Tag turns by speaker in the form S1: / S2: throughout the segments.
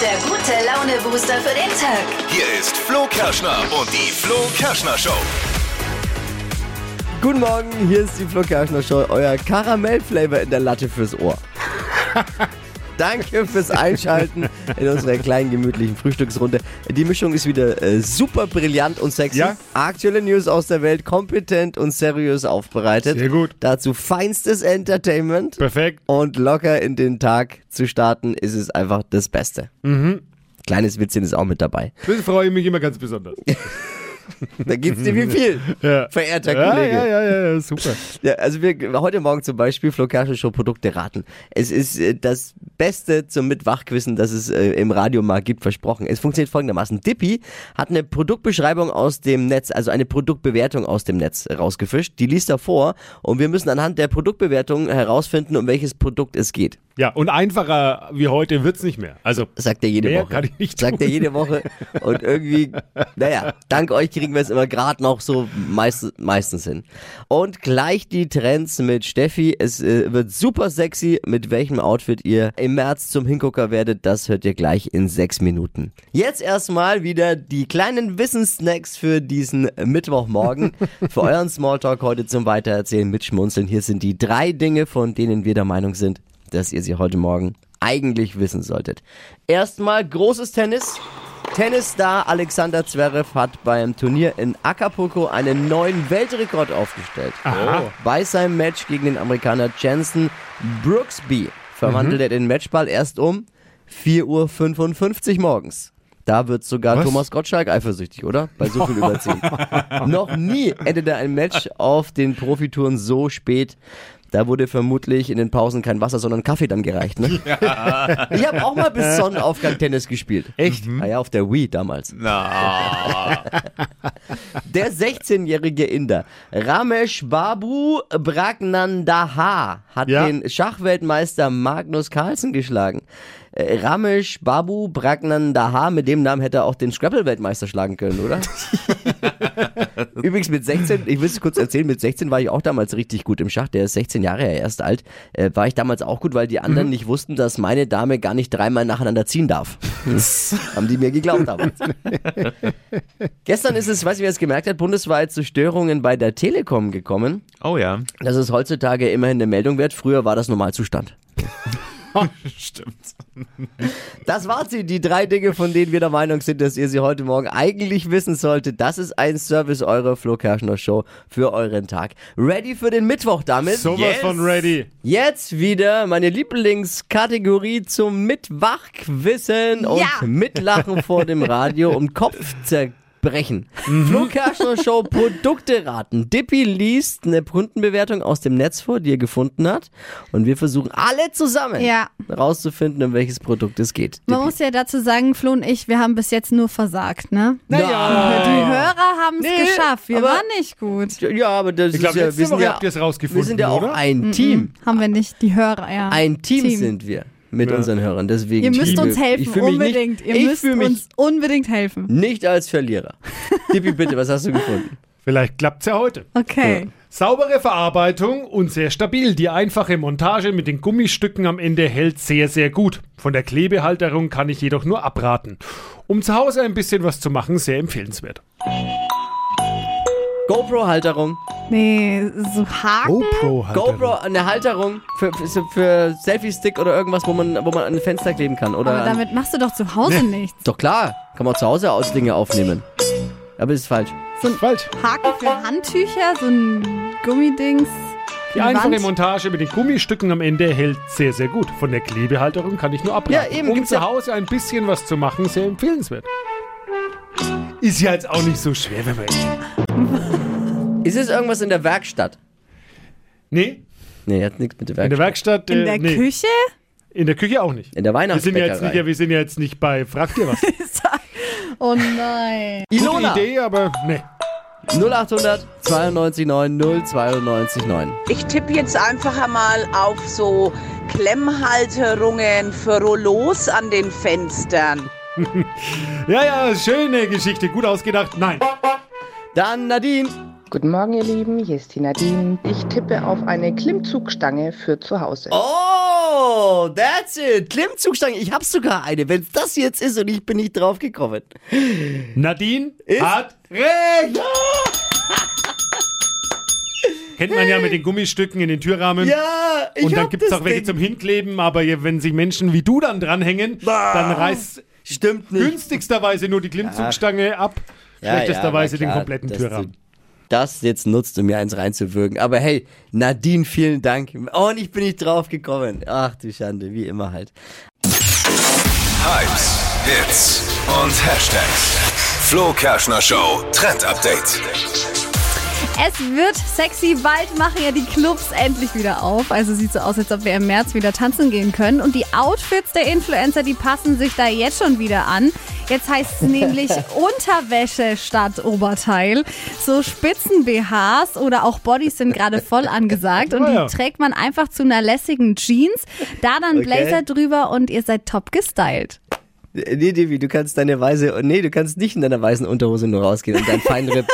S1: der gute Laune-Booster für den Tag.
S2: Hier ist Flo Kerschner und die Flo Kerschner Show.
S3: Guten Morgen, hier ist die Flo Kerschner Show, euer Karamellflavor in der Latte fürs Ohr. Danke fürs Einschalten in unserer kleinen gemütlichen Frühstücksrunde. Die Mischung ist wieder äh, super brillant und sexy.
S4: Ja.
S3: Aktuelle News aus der Welt kompetent und seriös aufbereitet.
S4: Sehr gut.
S3: Dazu feinstes Entertainment
S4: Perfekt.
S3: und locker in den Tag zu starten, ist es einfach das Beste.
S4: Mhm.
S3: Kleines Witzchen ist auch mit dabei.
S4: Das freue ich mich immer ganz besonders.
S3: Da gibt's dir wie viel,
S4: Ja.
S3: verehrter
S4: Ja,
S3: Kollege.
S4: ja, ja, ja, ja, super.
S3: Ja, also wir heute Morgen zum Beispiel Flo Kerschel Show Produkte raten. Es ist äh, das Beste zum Mitwachquissen, das es äh, im Radiomarkt gibt, versprochen. Es funktioniert folgendermaßen. Dippy hat eine Produktbeschreibung aus dem Netz, also eine Produktbewertung aus dem Netz rausgefischt. Die liest er vor und wir müssen anhand der Produktbewertung herausfinden, um welches Produkt es geht.
S4: Ja, und einfacher wie heute wird's nicht mehr. Also,
S3: Sagt er jede
S4: Mehr
S3: Woche.
S4: kann ich nicht
S3: Sagt er
S4: tun.
S3: jede Woche. Und irgendwie, naja, dank euch kriegen wir es immer gerade noch so meist, meistens hin. Und gleich die Trends mit Steffi. Es äh, wird super sexy, mit welchem Outfit ihr im März zum Hingucker werdet. Das hört ihr gleich in sechs Minuten. Jetzt erstmal wieder die kleinen Wissenssnacks für diesen Mittwochmorgen. für euren Smalltalk heute zum Weitererzählen mit Schmunzeln. Hier sind die drei Dinge, von denen wir der Meinung sind, dass ihr sie heute Morgen eigentlich wissen solltet. Erstmal großes Tennis. Tennisstar Alexander Zverev hat beim Turnier in Acapulco einen neuen Weltrekord aufgestellt. Oh.
S4: Aha.
S3: Bei seinem Match gegen den Amerikaner Jensen Brooksby
S4: Mhm.
S3: verwandelt er den Matchball erst um 4.55 Uhr morgens. Da wird sogar
S4: Was?
S3: Thomas Gottschalk eifersüchtig, oder? Bei so viel Überziehen. Noch nie endete ein Match auf den Profitouren so spät. Da wurde vermutlich in den Pausen kein Wasser, sondern Kaffee dann gereicht. Ne? Ich habe auch mal bis Sonnenaufgang Tennis gespielt. Echt? Naja, auf der Wii damals. Der 16-jährige Inder Ramesh Babu Bragnandaha hat
S4: Ja.
S3: den Schachweltmeister Magnus Carlsen geschlagen. Äh, Ramesh Babu Bragnandaha, mit dem Namen hätte er auch den Scrabble-Weltmeister schlagen können, oder? Übrigens mit 16, ich will es kurz erzählen, mit 16 war ich auch damals richtig gut im Schach, der ist 16 Jahre ja erst alt, äh, war ich damals auch gut, weil die anderen nicht wussten, dass meine Dame gar nicht dreimal nacheinander ziehen darf. Haben die mir geglaubt damals. Gestern ist es, weiß ich, wer es gemerkt hat, bundesweit zu Störungen bei der Telekom gekommen.
S5: Oh ja.
S3: Das ist heutzutage immerhin eine Meldung wert. Früher war das Normalzustand.
S5: Stimmt.
S3: Das waren sie, die drei Dinge, von denen wir der Meinung sind, dass ihr sie heute Morgen eigentlich wissen solltet. Das ist ein Service eurer Flo Kerschner Show für euren Tag. Ready für den Mittwoch damit?
S4: Sowas
S5: Yes.
S4: von ready.
S3: Jetzt wieder meine Lieblingskategorie zum Mitwachquissen und Mitlachen vor dem Radio und Kopfzerbrechen.
S6: Mhm.
S3: Flo Kerschner Show Produkte raten. Dippy liest eine Kundenbewertung aus dem Netz vor, die er gefunden hat. Und wir versuchen alle zusammen
S6: Ja.
S3: rauszufinden, um welches Produkt es geht.
S6: Man
S3: Dippy.
S6: muss ja dazu sagen, Flo und ich, wir haben bis jetzt nur versagt, ne? Die Hörer haben es
S3: Nee,
S6: geschafft. Wir
S3: aber-
S6: waren nicht gut.
S3: Ja, aber das
S4: Ich glaube,
S3: ist ja,
S4: letzte
S3: wir sind
S4: Woche
S3: ja,
S4: habt ihr es rausgefunden,
S3: wir sind ja auch
S4: oder?
S3: ein Team.
S6: Haben wir nicht. Die Hörer, ja.
S3: Ein Team,
S6: Mhm. Team.
S3: sind wir mit unseren Hörern. Deswegen
S6: Ihr müsst
S3: ich-
S6: uns
S3: ich
S6: helfen,
S3: fühl mich
S6: unbedingt.
S3: Nicht,
S6: Ihr
S3: ich
S6: müsst
S3: fühl mich
S6: uns unbedingt helfen.
S3: nicht als Verlierer. Tippi, bitte, was hast du gefunden?
S4: Vielleicht klappt's ja heute.
S6: Okay.
S4: Saubere Verarbeitung und sehr stabil. Die einfache Montage mit den Gummistücken am Ende hält sehr, sehr gut. Von der Klebehalterung kann ich jedoch nur abraten. Um zu Hause ein bisschen was zu machen, sehr empfehlenswert.
S3: GoPro-Halterung.
S6: Nee, so
S3: Oh,
S6: Haken.
S4: GoPro-Halterung.
S3: GoPro, eine Halterung für, für, für Selfie-Stick oder irgendwas, wo man, wo man an ein Fenster kleben kann. Oder
S6: Aber
S3: an-
S6: damit machst du doch zu Hause nichts.
S3: Doch klar, kann man auch zu Hause aus Dinge aufnehmen. Aber das ist falsch.
S4: Falsch.
S6: Haken für Handtücher, so ein Gummidings.
S4: Die
S6: Wand.
S4: einfache Montage mit den Gummistücken am Ende hält sehr, sehr gut. Von der Klebehalterung kann ich nur abraten.
S3: Ja, eben,
S4: um
S3: gibt's
S4: zu
S3: ja-
S4: Hause ein bisschen was zu machen, sehr empfehlenswert. Ist ja jetzt auch nicht so schwer, wenn man...
S3: Ist es irgendwas in der Werkstatt?
S4: Nee,
S3: Nee, hat nichts mit der
S4: in der
S3: Werkstatt.
S4: Werkstatt...
S6: In
S4: äh,
S6: der
S4: nee.
S6: Küche?
S4: In der Küche auch nicht.
S3: In der
S4: Wir sind, ja
S3: Weihnachtsbäckerei.
S4: jetzt nicht, ja, wir sind ja jetzt nicht bei Frag dir was.
S6: Oh nein.
S4: Gute
S3: Ilona,
S4: Idee, aber nee.
S3: 0800 92 9 092 9.
S7: Ich tippe jetzt einfach einmal auf so Klemmhalterungen für Rollos an den Fenstern.
S4: Ja, ja, schöne Geschichte, gut ausgedacht. Nein.
S3: Dann Nadine.
S8: Guten Morgen, ihr Lieben. Hier ist die Nadine. Ich tippe auf eine Klimmzugstange für zu Hause.
S3: Oh, Oh, that's it. Klimmzugstange. Ich habe sogar eine, wenn es das jetzt ist und ich bin nicht drauf gekommen.
S4: Nadine
S3: Ist-
S4: hat recht. Kennt man ja mit den Gummistücken in den Türrahmen.
S3: Ja, ich
S4: Und dann
S3: hab
S4: gibt es
S3: das
S4: auch welche
S3: Ding.
S4: zum Hinkleben, aber je- wenn sich Menschen wie du dann dranhängen,
S3: Bah.
S4: dann reißt
S3: Stimmt nicht.
S4: günstigsterweise nur die Klimmzugstange ab,
S3: Ja,
S4: schlechtesterweise
S3: ja, na
S4: den
S3: klar,
S4: kompletten
S3: dass
S4: Türrahmen.
S3: du Das jetzt nutzt, um mir eins reinzuwürgen. Aber hey, Nadine, vielen Dank. Oh, Und ich bin nicht drauf gekommen. Ach du Schande, wie immer halt.
S2: Hypes, Hits und Hashtags. Flo Kerschner Show Trend Update.
S6: Es wird sexy. Bald machen ja die Clubs endlich wieder auf. Also sieht so aus, als ob wir im März wieder tanzen gehen können. Und die Outfits der Influencer, die passen sich da jetzt schon wieder an. Jetzt heißt es nämlich Unterwäsche statt Oberteil. So Spitzen-BHs oder auch Bodies sind gerade voll angesagt. Und
S4: Ah
S6: die
S4: ja.
S6: trägt man einfach zu einer lässigen Jeans. Da dann
S3: Okay.
S6: Blazer drüber und ihr seid top gestylt.
S3: Nee, Devi, du kannst deine weiße, nee, du kannst nicht in deiner weißen Unterhose nur rausgehen und dein Feinripp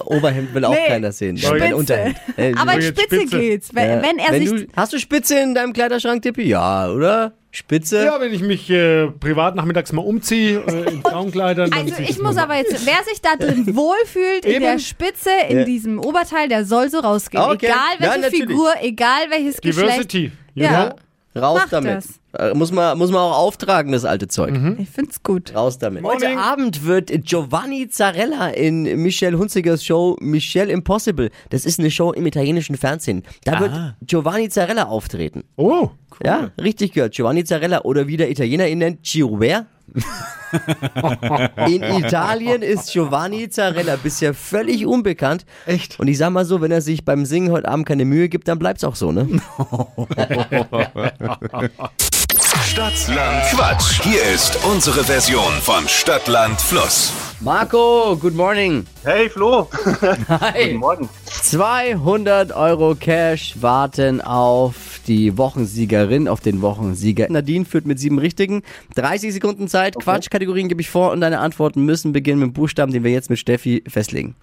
S3: O- Oberhemd will auch
S6: Nee,
S3: keiner sehen. Dein
S4: Spitze.
S3: Unterhemd. Äh,
S6: Aber in
S4: jetzt
S6: Spitze,
S4: Spitze.
S6: geht's. Wenn,
S3: ja.
S6: wenn er
S3: du,
S6: sich
S3: hast du Spitze in deinem Kleiderschrank, Tippi? Ja, oder? Spitze?
S4: Ja, wenn ich mich äh, privat nachmittags mal umziehe, äh, in Traunkleidern. dann
S6: Also
S4: zieh
S6: ich
S4: das
S6: muss
S4: mal
S6: aber jetzt, wer sich da drin wohlfühlt, in
S4: Eben.
S6: der Spitze, in
S3: Ja.
S6: diesem Oberteil, der soll so rausgehen.
S3: Okay.
S6: Egal
S3: Ja,
S6: welche
S3: natürlich.
S6: Figur, egal welches Geschlecht.
S4: Diversity. you
S6: Ja.
S4: know?
S3: Raus
S6: Mach
S3: damit.
S6: das.
S3: Äh, Muss man, muss man auch auftragen, das alte Zeug.
S6: Ich find's gut.
S3: Raus damit. Heute
S4: Morning.
S3: Abend wird Giovanni Zarella in Michelle Hunzigers Show Michelle Impossible. Das ist eine Show im italienischen Fernsehen. Da wird Giovanni Zarella auftreten.
S4: Oh,
S3: Ja, richtig gehört. Giovanni Zarella oder wie der Italiener ihn nennt, Girover. In Italien ist Giovanni Zarella bisher völlig unbekannt.
S5: Echt?
S3: Und ich sag mal so, wenn er sich beim Singen heute Abend keine Mühe gibt, dann bleibt's auch so, ne?
S2: Stadtland Quatsch. Hier ist unsere Version von Stadtland Fluss.
S3: Marco, good morning.
S8: Hey Flo,
S3: Hi.
S8: guten Morgen.
S3: 200 Euro Cash warten auf die Wochensiegerin, auf den Wochensieger. Nadine führt mit sieben richtigen. 30 Sekunden Zeit. Quatschkategorien gebe ich vor und deine Antworten müssen beginnen mit dem Buchstaben, den wir jetzt mit Steffi festlegen.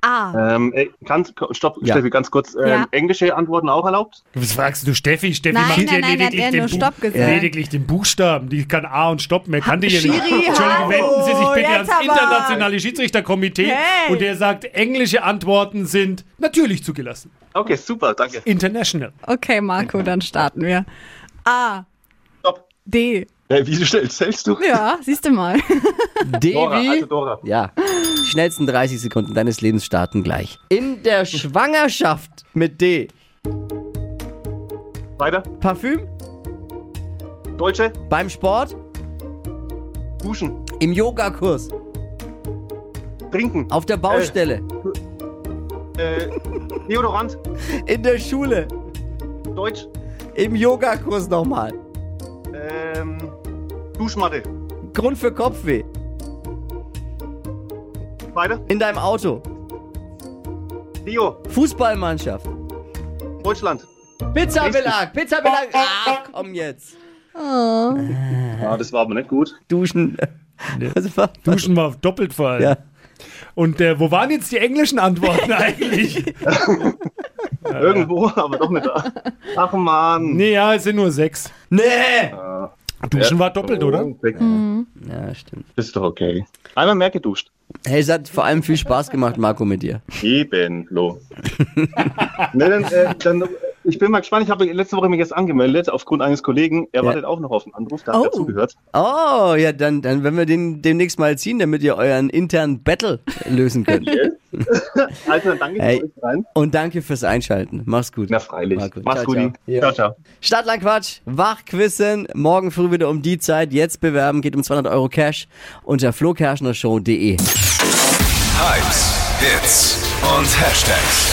S6: Ah,
S8: Ähm, ey, ganz, stopp,
S3: Ja.
S8: Steffi, ganz kurz. Ähm,
S6: Ja.
S8: Englische Antworten auch erlaubt?
S4: was fragst du Steffi? Steffi
S6: Nein,
S4: macht
S6: nein,
S4: ja
S6: nein,
S4: lediglich,
S6: hat er
S4: den
S6: nur
S4: Bu-
S6: Stopp gesagt.
S4: lediglich den Buchstaben. Die kann A und Stopp mehr. Kann die hier nicht.
S6: Schiri,
S4: Entschuldigung,
S6: hallo,
S4: wenden Sie sich bitte ans
S6: jetzt aber.
S4: internationale Schiedsrichterkomitee
S6: Hey.
S4: und der sagt, englische Antworten sind natürlich zugelassen.
S8: Okay, super, danke.
S4: International.
S6: okay, Marco, dann starten wir. A,
S8: Stopp.
S6: D.
S8: Hey, Äh, wie schnell zählst du?
S6: Ja, siehst du mal.
S8: Dora,
S3: Devi.
S8: also Dora.
S3: Ja, die schnellsten 30 Sekunden deines Lebens starten gleich. In der Schwangerschaft mit D.
S8: Weiter.
S3: Parfüm,
S8: Deutsche,
S3: beim Sport,
S8: duschen,
S3: im Yogakurs,
S8: trinken,
S3: auf der Baustelle,
S8: äh, Deodorant,
S3: in der Schule,
S8: Deutsch,
S3: im Yogakurs nochmal.
S8: ähm, Duschmatte.
S3: Grund für Kopfweh,
S8: Weiter.
S3: in deinem Auto,
S8: Leo,
S3: Fußballmannschaft,
S8: Deutschland.
S3: Pizzabelag, Pizzabelag. Ah, komm jetzt.
S8: Ah, das war aber nicht gut.
S3: Duschen. Was war?
S4: Duschen war doppelt vor
S3: Ja.
S4: Ja. Und äh, wo waren jetzt die englischen Antworten eigentlich?
S8: Irgendwo, aber doch nicht da. Ach man.
S4: Nee, ja, es sind nur sechs.
S3: Nee!
S4: Duschen war doppelt, oder?
S8: Oh.
S3: Ja, stimmt.
S8: Ist doch okay. Einmal mehr geduscht.
S3: Hey, es hat vor allem viel Spaß gemacht, Marco, mit dir.
S8: Eben, Flo. ne, dann, äh, dann, äh, ich bin mal gespannt. Ich habe letzte Woche mich jetzt angemeldet aufgrund eines Kollegen. Er
S3: Ja.
S8: wartet auch noch auf einen Anruf. Da hat
S3: Oh.
S8: er zugehört.
S3: Oh, ja, dann, dann werden wir den demnächst mal ziehen, damit ihr euren internen Battle lösen könnt.
S8: Also, dann danke
S3: Hey.
S8: ich euch rein.
S3: Und danke fürs Einschalten. Mach's gut.
S8: Na, freilich.
S3: Marco,
S8: Mach's
S3: ciao,
S8: gut.
S3: ciao. Ja.
S8: ciao. ciao.
S3: Stadtland Quatsch, Wachquissen, morgen früh wieder um die Zeit. Jetzt bewerben, geht um 200 Euro Cash unter flokerschnershow.de.
S2: Hypes, Hits und Hashtags.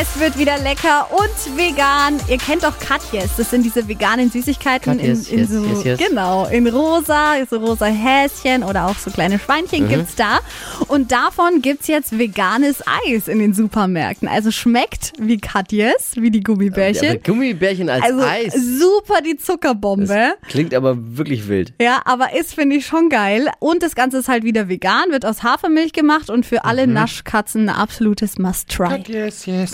S6: Es wird wieder lecker und vegan. Ihr kennt doch Katjes. Das sind diese veganen Süßigkeiten
S3: Katjes,
S6: in, in
S3: yes,
S6: so
S3: yes, yes.
S6: genau in rosa, so rosa Häschen oder auch so kleine
S3: Mhm.
S6: Schweinchen gibt's da. Und davon gibt's jetzt veganes Eis in den Supermärkten. Also schmeckt wie Katjes, wie die
S3: Aber
S6: Gummibärchen.
S3: Gummibärchen als
S6: Also ne?
S3: Eis.
S6: super die Zuckerbombe.
S3: Klingt aber wirklich wild.
S6: Ja, aber ist, finde ich, schon geil. Und das Ganze ist halt wieder vegan, wird aus Hafermilch
S3: Mhm.
S4: Ah,
S6: gemacht und für alle Naschkatzen ein absolutes Must-Try.
S4: Yes, yes,